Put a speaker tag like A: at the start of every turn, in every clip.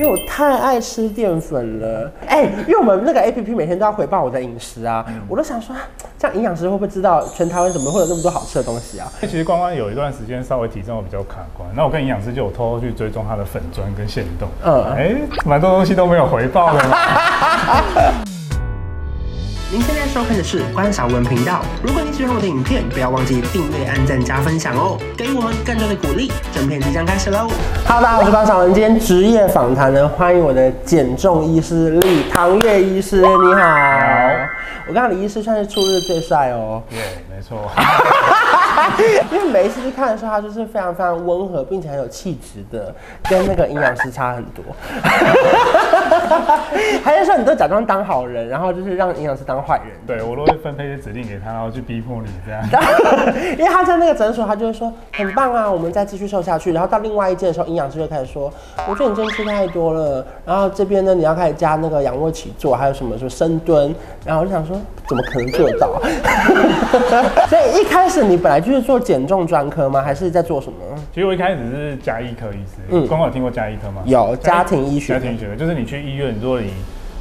A: 因为我太爱吃淀粉了，哎、因为我们那个 A P P 每天都要回报我的饮食啊，我都想说，啊这样营养师会不会知道全台湾怎么会有那么多好吃的东西啊？
B: 那其实关关有一段时间稍微体重比较卡关，那我跟营养师就有偷偷去追踪他的粉砖跟线动，
A: 嗯
B: 嗯，哎、蛮多东西都没有回报的嘛。
A: 您现在收看的是关少文频道，如果你喜欢我的影片，不要忘记订阅、按赞、加分享哦，给予我们更多的鼓励。整片即将开始喽！Hello，大家好，我是关少文，今天职业访谈呢，欢迎我的减重医师李唐月医师，你好。我刚刚李医师算是出日最帅哦。
B: 耶、没错，
A: 因为每一次去看的时候，他就是非常非常温和，并且很有气质的，跟那个营养师差很多。 还是说你都假装当好人，然后就是让营养师当坏人？
B: 对我都会分配一些指令给他，然后去逼迫你这样。
A: 因为他在那个诊所，他就会说很棒啊，我们再继续瘦下去。然后到另外一间的时候，营养师就开始说，我觉得你今天吃太多了。然后这边呢，你要开始加那个仰卧起坐，还有什么说深蹲。然后我就想说，怎么可能做得到？ 所以一开始你本来就是做减重专科吗？还是在做什么？
B: 其实我一开始是加医科医师，
A: 嗯
B: 嗯，关关有听过加医科吗？
A: 有家庭医学
B: 家庭医学就是你去医院，如果你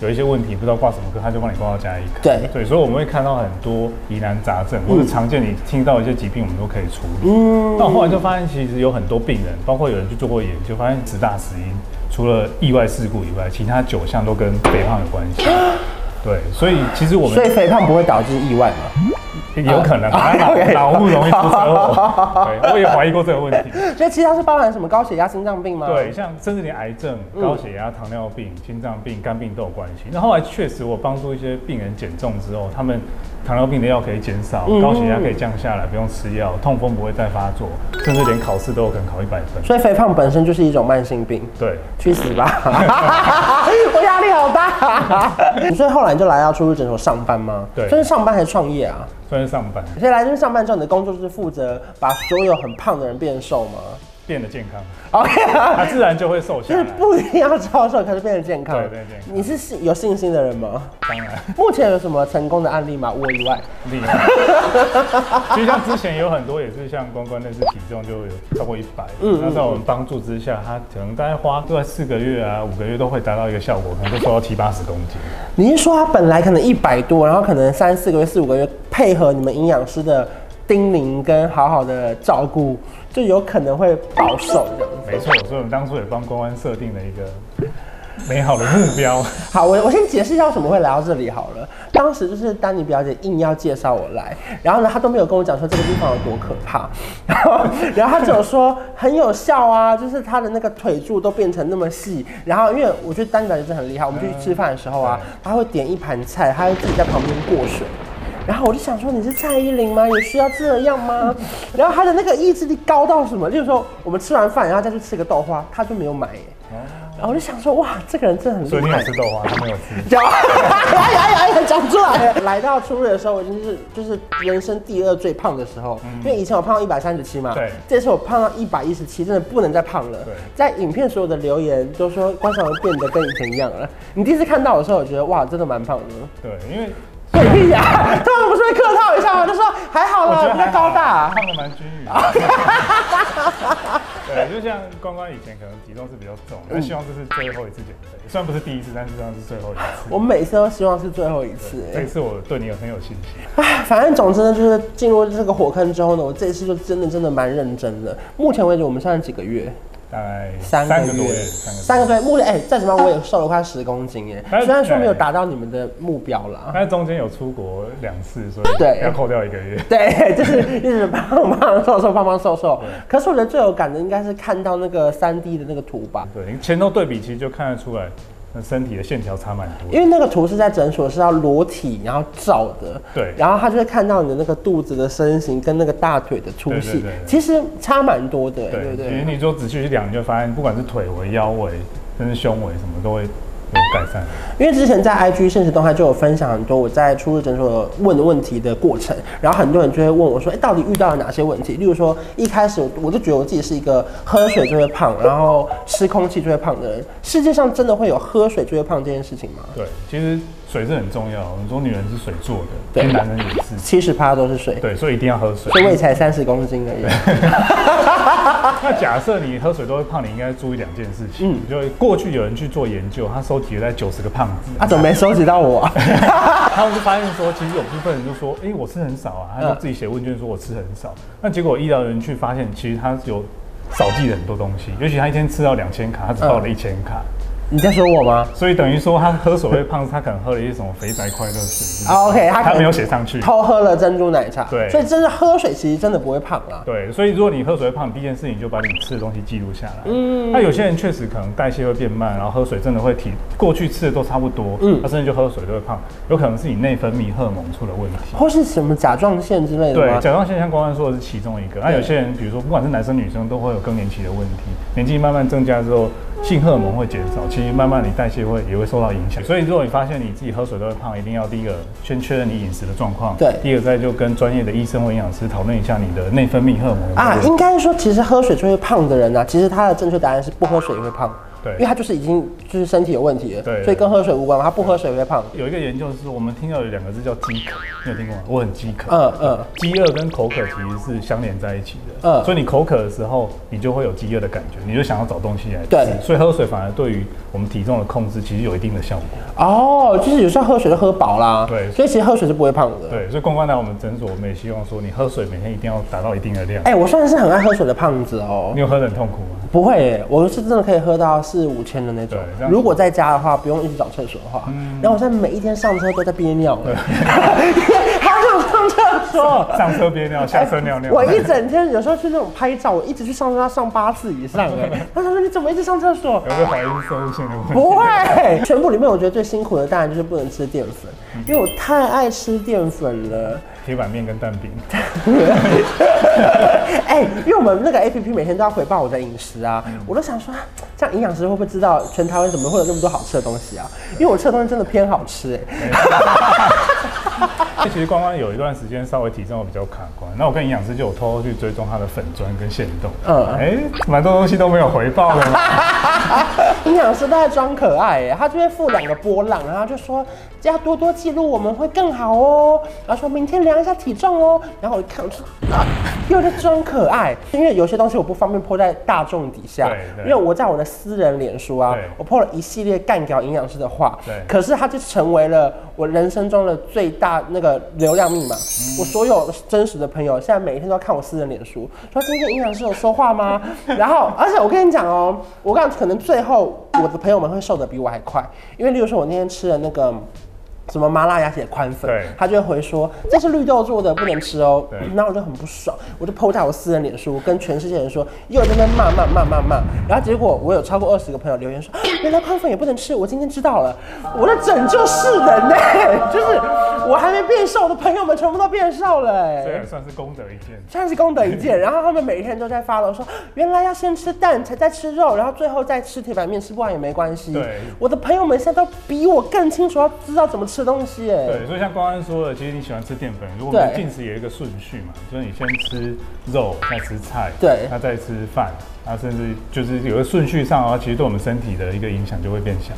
B: 有一些问题不知道挂什么科，他就帮你挂到加医科。
A: 对
B: 对，所以我们会看到很多疑难杂症，或者常见你听到一些疾病，我们都可以处理。嗯，但我后来就发现，其实有很多病人，包括有人去做过研究，发现十大死因除了意外事故以外，其他九项都跟肥胖有关系。对，所以其实我们
A: 所以肥胖不会导致意外吗？
B: 有可能
A: 啊
B: 啊，脑
A: OK
B: 脑雾容易出车祸。对，我也怀疑过这个问题。
A: 所以其实它是包含什么高血压、心脏病吗？
B: 对，，像甚至连癌症、
A: 嗯
B: 高血压、糖尿病、心脏病、肝病都有关系。那后来确实，我帮助一些病人减重之后，他们糖尿病的药可以减少，
A: 嗯
B: 高血压可以降下来，不用吃药，痛风不会再发作，甚至连考试都有可能考一百分。
A: 所以肥胖本身就是一种慢性病。
B: 对，
A: 去死 吧！我压力好大。所以后来你就来到出入诊所上班吗？
B: 对
A: 就是上班还是创业啊？
B: 算是上班
A: 所以来这边上班之后，你的工作就是负责把所有很胖的人变瘦吗
B: 变得健康，
A: ？OK 啊，
B: 它自然就会瘦下
A: 就是
B: 来。
A: 不一定要超瘦，可是变得健康。
B: 对变得健康
A: 你是信有信心的人吗？
B: 当然
A: 目前有什么成功的案例吗？我以外，
B: 厉害。 其实像之前有很多也是像关关类似体重就有超过一百，
A: 嗯
B: 那在我们帮助之下，他可能大概花都在四个月啊五个月都会达到一个效果，可能就瘦到七八十公斤。
A: 你是说他本来可能一百多，然后可能三四个月、四五个月，配合你们营养师的叮咛跟好好的照顾，就有可能会暴瘦这样子。
B: 没错，所以我们当初也帮关关设定了一个美好的目 标。
A: 好，我我先解释一下为什么会来到这里好了。当时就是丹尼表姐硬要介绍我来，然后呢，她都没有跟我讲说这个地方有多可怕， 然后然后她只有说很有效啊，就是她的那个腿柱都变成那么细。然后因为我觉得丹尼表姐真的很厉害，我们就去吃饭的时候啊，她会点一盘菜，她会自己在旁边过水。然后我就想说，你是蔡依林吗？有需要这样吗？ 然后她的那个意志力高到什么？例如说，我们吃完饭，然后再去吃个豆花，她就没有买耶。然后我就想说，哇，这个人真的很厉害。
B: 哦所以你有吃豆花，他没有吃。
A: 有， 哎呀哎呀，讲出来了。来到初日的时候，我已经是就是人生第二最胖的时候，因为以前我胖到一百三十七嘛，
B: 嗯对
A: 这次我胖到一百一十七，真的不能再胖了。
B: 对
A: 在影片所有的留言都说关晓雯变得跟以前一样了。你第一次看到我的时候，我觉得哇，真的蛮胖的。
B: 对，因为
A: 对屁呀、他们不是会客套一下吗？就说还好
B: 我
A: 啦，
B: 觉得
A: 比较
B: 还好
A: 高大。啊
B: 胖的蛮均匀的。 对，就像关关以前可能体重是比较重，
A: 嗯
B: 那希望这是最后一次减肥，虽然不是第一次，但是这样是最后一次。
A: 我每次都希望是最后一次、
B: 这一次我对你有很有信心，
A: 唉，反正总之呢，就是进入这个火坑之后呢，我这一次就真的真的蛮认真的。目前为止，我们现在几个月？
B: 大概
A: 三个
B: 多
A: 月，
B: 月，三
A: 三
B: 个
A: 个多月。目前哎，暂时帮我也瘦了快十公斤耶，
B: 哎
A: 虽然说没有达到你们的目标啦。
B: 但是中间有出国两次，所
A: 对
B: 以要扣掉一个月。
A: 对，就是一直胖 胖瘦瘦，胖胖瘦瘦。可是我觉得最有感的应该是看到那个三 D 的那个图吧，
B: 对，前头对比其实就看得出来，那身体的线条差蛮多
A: 因
B: 的。
A: 为那个图是在诊所是要裸体然后照的，
B: 对
A: 然后他就会看到你的那个肚子的身形跟那个大腿的粗细，
B: 对对对对
A: 其实差蛮多的，对
B: 对
A: 不
B: 其实
A: 对？
B: 你就仔细去量，你就发现不管是腿围、腰围，甚至胸围什么都会有改善。
A: 因为之前在 IG 现实动态就有分享很多我在出入诊所问的问题的过程，然后很多人就会问我说，哎、到底遇到了哪些问题？例如说，一开始我就觉得我自己是一个喝水就会胖，然后吃空气就会胖的人。世界上真的会有喝水就会胖这件事情吗？
B: 对，其实水是很重要。我们说女人是水做的，
A: 对
B: 其实男人也是。
A: 七十趴都是水，
B: 对，所以一定要喝水
A: 所。以我也才三十公斤而已。
B: 那假设你喝水都会胖，你应该注意两件事情。嗯，就过去有人去做研究，他收集了在九十个胖子，
A: 啊，怎么没收集到我、 啊？嗯
B: 他们就发现说，其实有部分人就说，哎、我吃很少啊，他就自己写问卷说我吃很少。那结果医疗人员去发现，其实他有少记了很多东西，尤其他一天吃到两千卡，
A: 嗯
B: 他只报了一千卡，
A: 你在说我吗？
B: 所以等于说他喝水会胖，他可能喝了一些什么肥宅快乐水。
A: 啊，OK，他可
B: 他
A: 能
B: 没有写上去。
A: 偷喝了珍珠奶茶，
B: 嗯对
A: 所以真的喝水其实真的不会胖啦。
B: 对，所以如果你喝水会胖，第一件事情就把你吃的东西记录下来。嗯，那有些人确实可能代谢会变慢，然后喝水真的会体，过去吃的都差不多，嗯，他甚至就喝水都会胖，有可能是你内分泌荷尔蒙出了问题。
A: 或是什么甲状腺之类的
B: 对
A: 吗，？
B: 甲状腺像刚刚说的是其中一个。那有些人，比如说不管是男生女生，都会有更年期的问题。年纪慢慢增加之后，性荷尔蒙会减少，其实慢慢你代谢会也会受到影响。所以如果你发现你自己喝水都会胖，一定要第一个先确认你饮食的状况，
A: 对
B: 第二个再就跟专业的医生或营养师讨论一下你的内分泌荷尔蒙有没有
A: 啊，
B: 问题
A: 应该说，其实喝水就会胖的人呢、啊，其实他的正确答案是不喝水也会胖，
B: 对
A: 因为他就是已经就是身体有问题了，
B: 对
A: 所以跟喝水无关嘛，他不喝水也会胖，
B: 有一个研究是我们听到有两个字叫饥渴，你有听过吗？我很饥渴。
A: 嗯嗯
B: 饥饿跟口渴其实是相连在一起的。
A: 嗯
B: 所以你口渴的时候，你就会有饥饿的感觉，你就想要找东西来吃。
A: 对
B: 所以喝水反而对于我们体重的控制其实有一定的效果。
A: 哦，就是有时候喝水就喝饱啦，
B: 对
A: 所以其实喝水是不会胖的，。
B: 对，所以公关来我们诊所，我们也希望说你喝水每天一定要达到一定的量。
A: 哎、我算是很爱喝水的胖子哦
B: 你，有喝得很痛苦吗？
A: 不会耶，我是真的可以喝到四五千的那种
B: 对这。样嗯
A: 如果在家的话，不用一直找厕所的话，然后我现在每一天上车都在憋尿 了，好想上厕所。
B: 上车憋尿，下车尿尿。
A: 我一整天有时候去那种拍照，我一直去上厕所要上八次以上哎。他说你怎么一直上厕所？
B: 有没有怀疑是生物性的问题？
A: 不会，全部里面我觉得最辛苦的当然就是不能吃淀粉，因为我太爱吃淀粉了。
B: 铁板面跟蛋饼。
A: 哎、因为我们那个 A P P 每天都要回报我的饮食啊，我都想说，这样营养师会不会知道全台湾怎么会有那么多好吃的东西啊？因为我吃的东西真的偏好吃、哎，
B: 所以 其实关关有一段时间稍微体重比较卡关，那我跟营养师就有偷偷去追踪他的粉砖跟线动，
A: 嗯
B: 嗯，哎、蛮多东西都没有回报的嘛。
A: 营养师都在装可爱、哎，他就会附两个波浪，然后就说要多多记录，我们会更好哦。然后说明天量一下体重哦。然后我一看，我说、啊、又在装可爱，因为有些东西我不方便泼在大众底下
B: 对，对
A: 因为我在我的私人脸书啊
B: 对，
A: 我泼了一系列干掉营养师的话，
B: 对
A: 可是它就成为了我人生中的最大那个流量密码。
B: 嗯
A: 我所有真实的朋友现在每一天都要看我私人脸书，说今天营养师有说话吗？ 然后，而且我跟你讲哦，我告诉你，可能最后我的朋友们会瘦得比我还快，因为例如说我那天吃了那个。什么麻辣鸭血宽粉
B: 对，
A: 他就会回说这是绿豆做的，不能吃哦
B: 对。
A: 然后我就很不爽，我就 PO 在我私人脸书，跟全世界人说，又在那边骂骂骂骂骂。然后结果我有超过二十个朋友留言说，啊原来宽粉也不能吃，我今天知道了，我的拯救世人呢、就是我还没变瘦的朋友们全部都变瘦了、哎
B: 这也算是功德一件。
A: 算是功德一件。然后他们每天都在发了说，原来要先吃蛋，才再吃肉，然后最后再吃铁板面，吃不完也没关系。
B: 对
A: 我的朋友们现在都比我更清楚，要知道怎么吃东西。哎，
B: 对，所以像关关说的，其实你喜欢吃淀粉，如果
A: 对
B: 我们进食有一个顺序嘛，就是你先吃肉，再吃菜，
A: 对
B: 那再吃饭，那甚至就是有个顺序上啊，其实对我们身体的一个影响就会变小。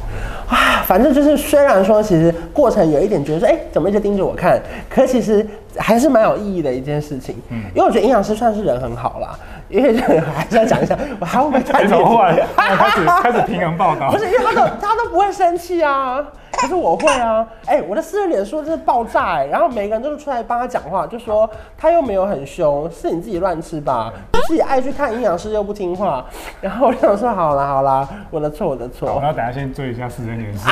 A: 啊，反正就是虽然说其实过程有一点觉得说，哎、怎么一直盯着我看？可其实还是蛮有意义的一件事情。嗯，因为我觉得营养师算是人很好啦，因为人还是要讲一 下，我还会不会太
B: 哎，怎么忽然开始开始平衡报 道？
A: 不是，因为他都他都不会生气啊，可是我会啊。哎、我的私人脸书真是爆炸哎、然后每个人都是出来帮他讲话，就说他又没有很凶，是你自己乱吃吧，
B: 嗯
A: 你自己爱去看营养师又不听话。然后我就想说，好啦好啦，我的错我的
B: 好，
A: 错。
B: 那等一下先追一下私人联系，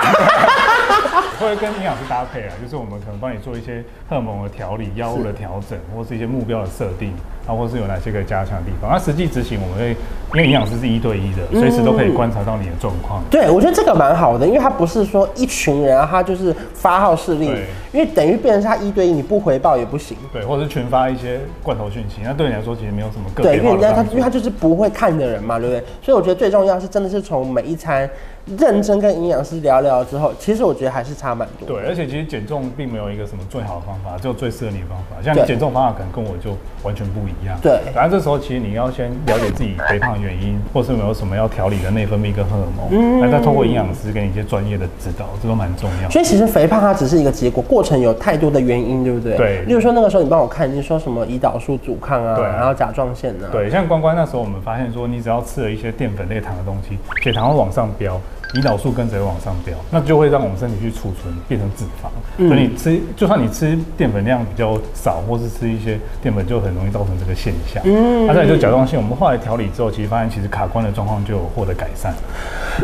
B: 会跟营养师搭配啊，就是我们可能帮你做一些荷尔蒙的调理、药物的调整，或是一些目标的设定，啊，或是有哪些可以加强的地方。那实际执行我们会，因为营养师是一对一的，随时都可
A: 嗯
B: 以观察到你的状况。
A: 对，我觉得这个蛮好的，因为他不是说一群人啊，他就是发号施令
B: 对，
A: 因为等于变成是他一对一，你不回报也不行。
B: 对，或者是群发一些罐头讯息，那对你来说其实没有什么个
A: 对，
B: 别
A: 因为
B: 化
A: 人家
B: 的
A: 他
B: 帮
A: 因为他
B: 助。
A: 就是不会看的人嘛，对不对？所以我觉得最重要是真的是从每一餐认真跟营养师聊聊之后，其实我觉得还是差蛮多。
B: 对，而且其实减重并没有一个什么最好的方法，只有最适合你的方法。像你
A: 对
B: 减重方法可能跟我就完全不一样。
A: 对
B: 反正这时候其实你要先了解自己肥胖的原因，或是有没有什么要调理的内分泌跟荷尔蒙，
A: 嗯
B: 那、再透过营养师给你一些专业的指导，这都蛮重要的。
A: 所以其实肥胖它只是一个结果，过程有太多的原因，对不对？
B: 对
A: 例如说那个时候你帮我看，你说什么胰岛素阻抗啊，
B: 对
A: 然后甲状腺啊，，
B: 对，像关关那时候，我们发现说，你只要吃了一些淀粉类糖的东西，血糖会往上飙，胰岛素跟着会往上飙，那就会让我们身体去储存变成脂肪。所以你吃，就算你吃淀粉量比较少，或是吃一些淀粉，就很容易造成这个现象。嗯，那、再来就甲状腺，我们后来调理之后，其实发现其实卡关的状况就有获得改善。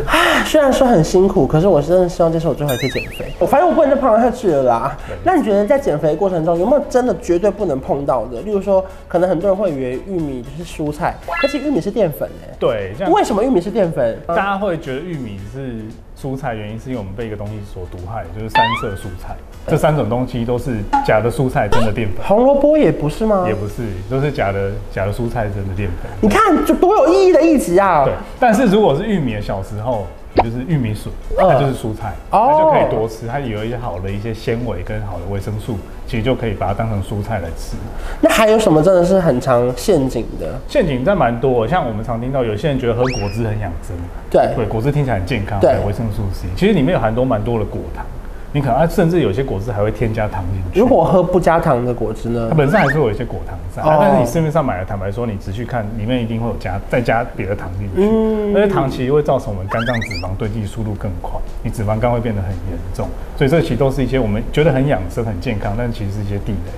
A: 啊虽然说很辛苦，可是我真的希望这是我最后一次减肥。我发现我不能再胖下去了啦。那你觉得在减肥过程中有没有真的绝对不能碰到的？例如说，可能很多人会以为玉米就是蔬菜，但是玉米是淀粉哎、
B: 对，这样
A: 为什么玉米是淀粉？呃
B: 大家会觉得玉米是蔬菜，原因是因为我们被一个东西所毒害，就是三色蔬菜。这三种东西都是假的蔬菜，真的淀粉。
A: 红萝卜也不是吗？
B: 也不是，都是假的假的蔬菜，真的淀粉。
A: 你看，这多有意义的一集啊！
B: 对，但是如果是玉米的小时候，也就是玉米笋，
A: 嗯
B: 它就是蔬菜，
A: 哦
B: 它就可以多吃，它有一些好的一些纤维跟好的维生素，其实就可以把它当成蔬菜来吃。
A: 那还有什么真的是很常陷阱的？
B: 陷阱真蛮多的，像我们常听到有些人觉得喝果汁很养生，
A: 对
B: 对，果汁听起来很健康，
A: 对
B: 还有维生素 C，其实里面有含多蛮多的果糖，你可能、啊、甚至有些果汁还会添加糖进去。
A: 如果喝不加糖的果汁呢
B: 它？本身还是会有一些果糖在，
A: 哦
B: 但是你市面上买的，坦白说，你只去看里面一定会有加再加别的糖进去，那些糖其实会造成我们肝脏脂肪堆积速度更快，你脂肪肝会变得很严重，所以这其实都是一些我们觉得很养生、很健康，但其实是一些地雷。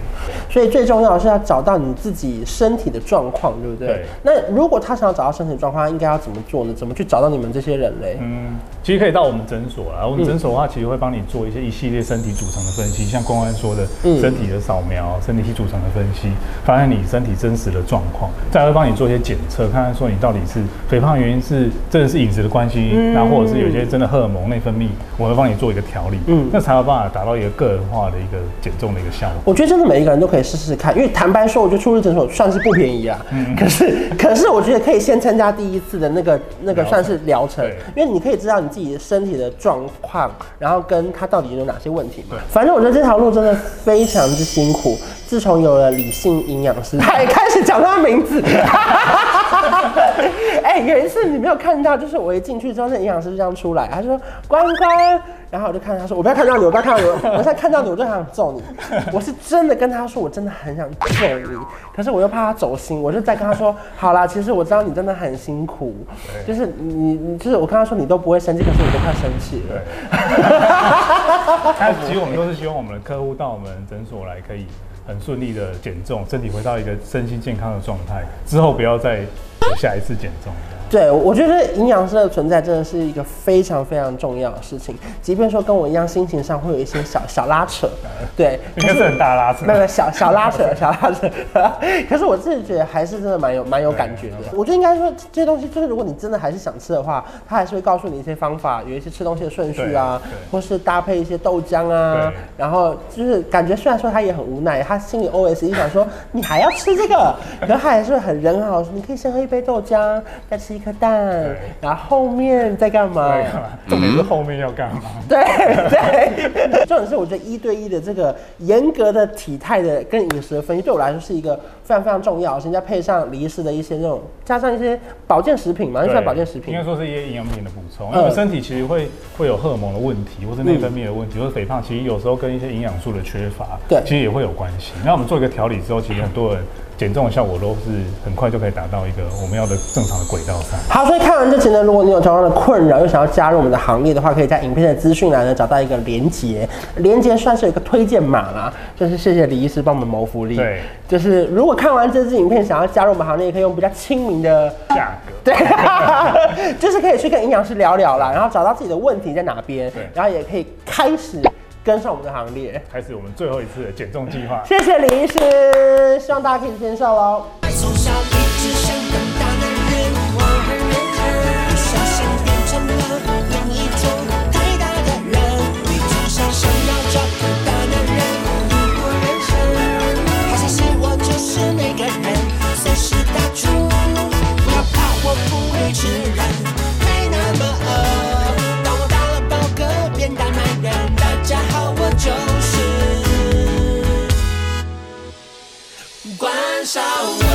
A: 所以最重要的是要找到你自己身体的状况，对不对？
B: 对
A: 那如果他想要找到身体状况，他应该要怎么做呢？怎么去找到你们这些人嘞？
B: 嗯，其实可以到我们诊所啦，我们诊所的话，其实会帮你做一些一系列身体组成的分析，像公安说的，身体的扫描、身体组成的分析，发现你身体真实的状况，再会帮你做一些检测，看看说你到底是肥胖原因是真的是饮食的关系，然后或者是有些真的荷尔蒙内分泌，我会帮你做一个调理，嗯，那才有办法达到一个个人化的一个减重的一个效果。
A: 我觉得真的每一个人都可以试试看，因为坦白说，我觉得初日诊所算是不便宜啊。
B: 嗯
A: 可是，可是我觉得可以先参加第一次的那个那个
B: 疗
A: 算
B: 程
A: 是疗程
B: 对，
A: 因为你可以知道你自己身体的状况，然后跟他到底有哪些问题嘛。反正我觉得这条路真的非常之辛苦。自从有了理性营 养师，他也啊开始讲他名字。 哎、有一次你没有看到，就是我一进去之后，那营养师就这样出来，哎他说关关，然后我就看他说我不要看到你，我不要 看到你，我现在看到你我就很想揍你，我是真的跟他说我真的很想揍你，可是我又怕他走心，我就在跟他说好啦，其实我知道你真的很辛苦，就是你你就是我跟他说你都不会生气，可是我都快生气了。
B: 那其实我们都是希望我们的客户到我们诊所来可以很顺利的减重，身体回到一个身心健康的状态，之后不要再有下一次减重。
A: 对，我觉得营养师的存在真的是一个非常非常重要的事情，即便说跟我一样心情上会有一些小小拉扯，对，
B: 应该是很大拉扯
A: 没有没有小小拉 扯，小拉扯。 可是我自己觉得还是真的蛮有蛮有感觉的。我觉得应该说这些东西，就是如果你真的还是想吃的话，它还是会告诉你一些方法，有一些吃东西的顺序啊
B: 对对，
A: 或是搭配一些豆浆啊
B: 对。
A: 然后就是感觉虽然说他也很无奈，他心里 OS 一想说你还要吃这个， 可是他还是很人很好，说你可以先喝一杯豆浆，再吃一颗蛋，然后后面再干嘛？
B: 对干嘛重点是后面要干嘛？
A: 对对， 重点是我觉得一对一的这个严格的体态的跟饮食的分析，对我来说是一个非常非常重要的事情。再配上离世的一些那种，加上一些保健食品嘛，就算保健食品
B: 应该，说是一些营养品的补充，
A: 嗯
B: 因为身体其实会会有荷尔蒙的问题，或是内分泌的问题，或是肥胖，其实有时候跟一些营养素的缺乏，
A: 对
B: 其实也会有关系。那我们做一个调理之后，其实很多人减重的效果都是很快就可以达到一个我们要的正常的轨道上。
A: 好，所以看完这集呢，如果你有同样的困扰，又想要加入我们的行列的话，可以在影片的资讯栏呢找到一个连接，连接算是有一个推荐码啦，就是谢谢李医师帮我们谋福利。
B: 对，
A: 就是如果看完这支影片想要加入我们行列，也可以用比较亲民的
B: 价格
A: 对， 就是可以去跟营养师聊聊啦，然后找到自己的问题在哪边
B: 对，
A: 然后也可以开始跟上我们的行列。
B: 开始我们最后一次的减重计划。
A: 谢谢李医师，希望大家可以接受哦喽。
C: 从小一直想当大男人，不小心变成了另一种太大的人。你总想想要找个大男人度过人生，好相信我就是那个人，随时打住，不要怕我不会吃人，没那么饿。烧我。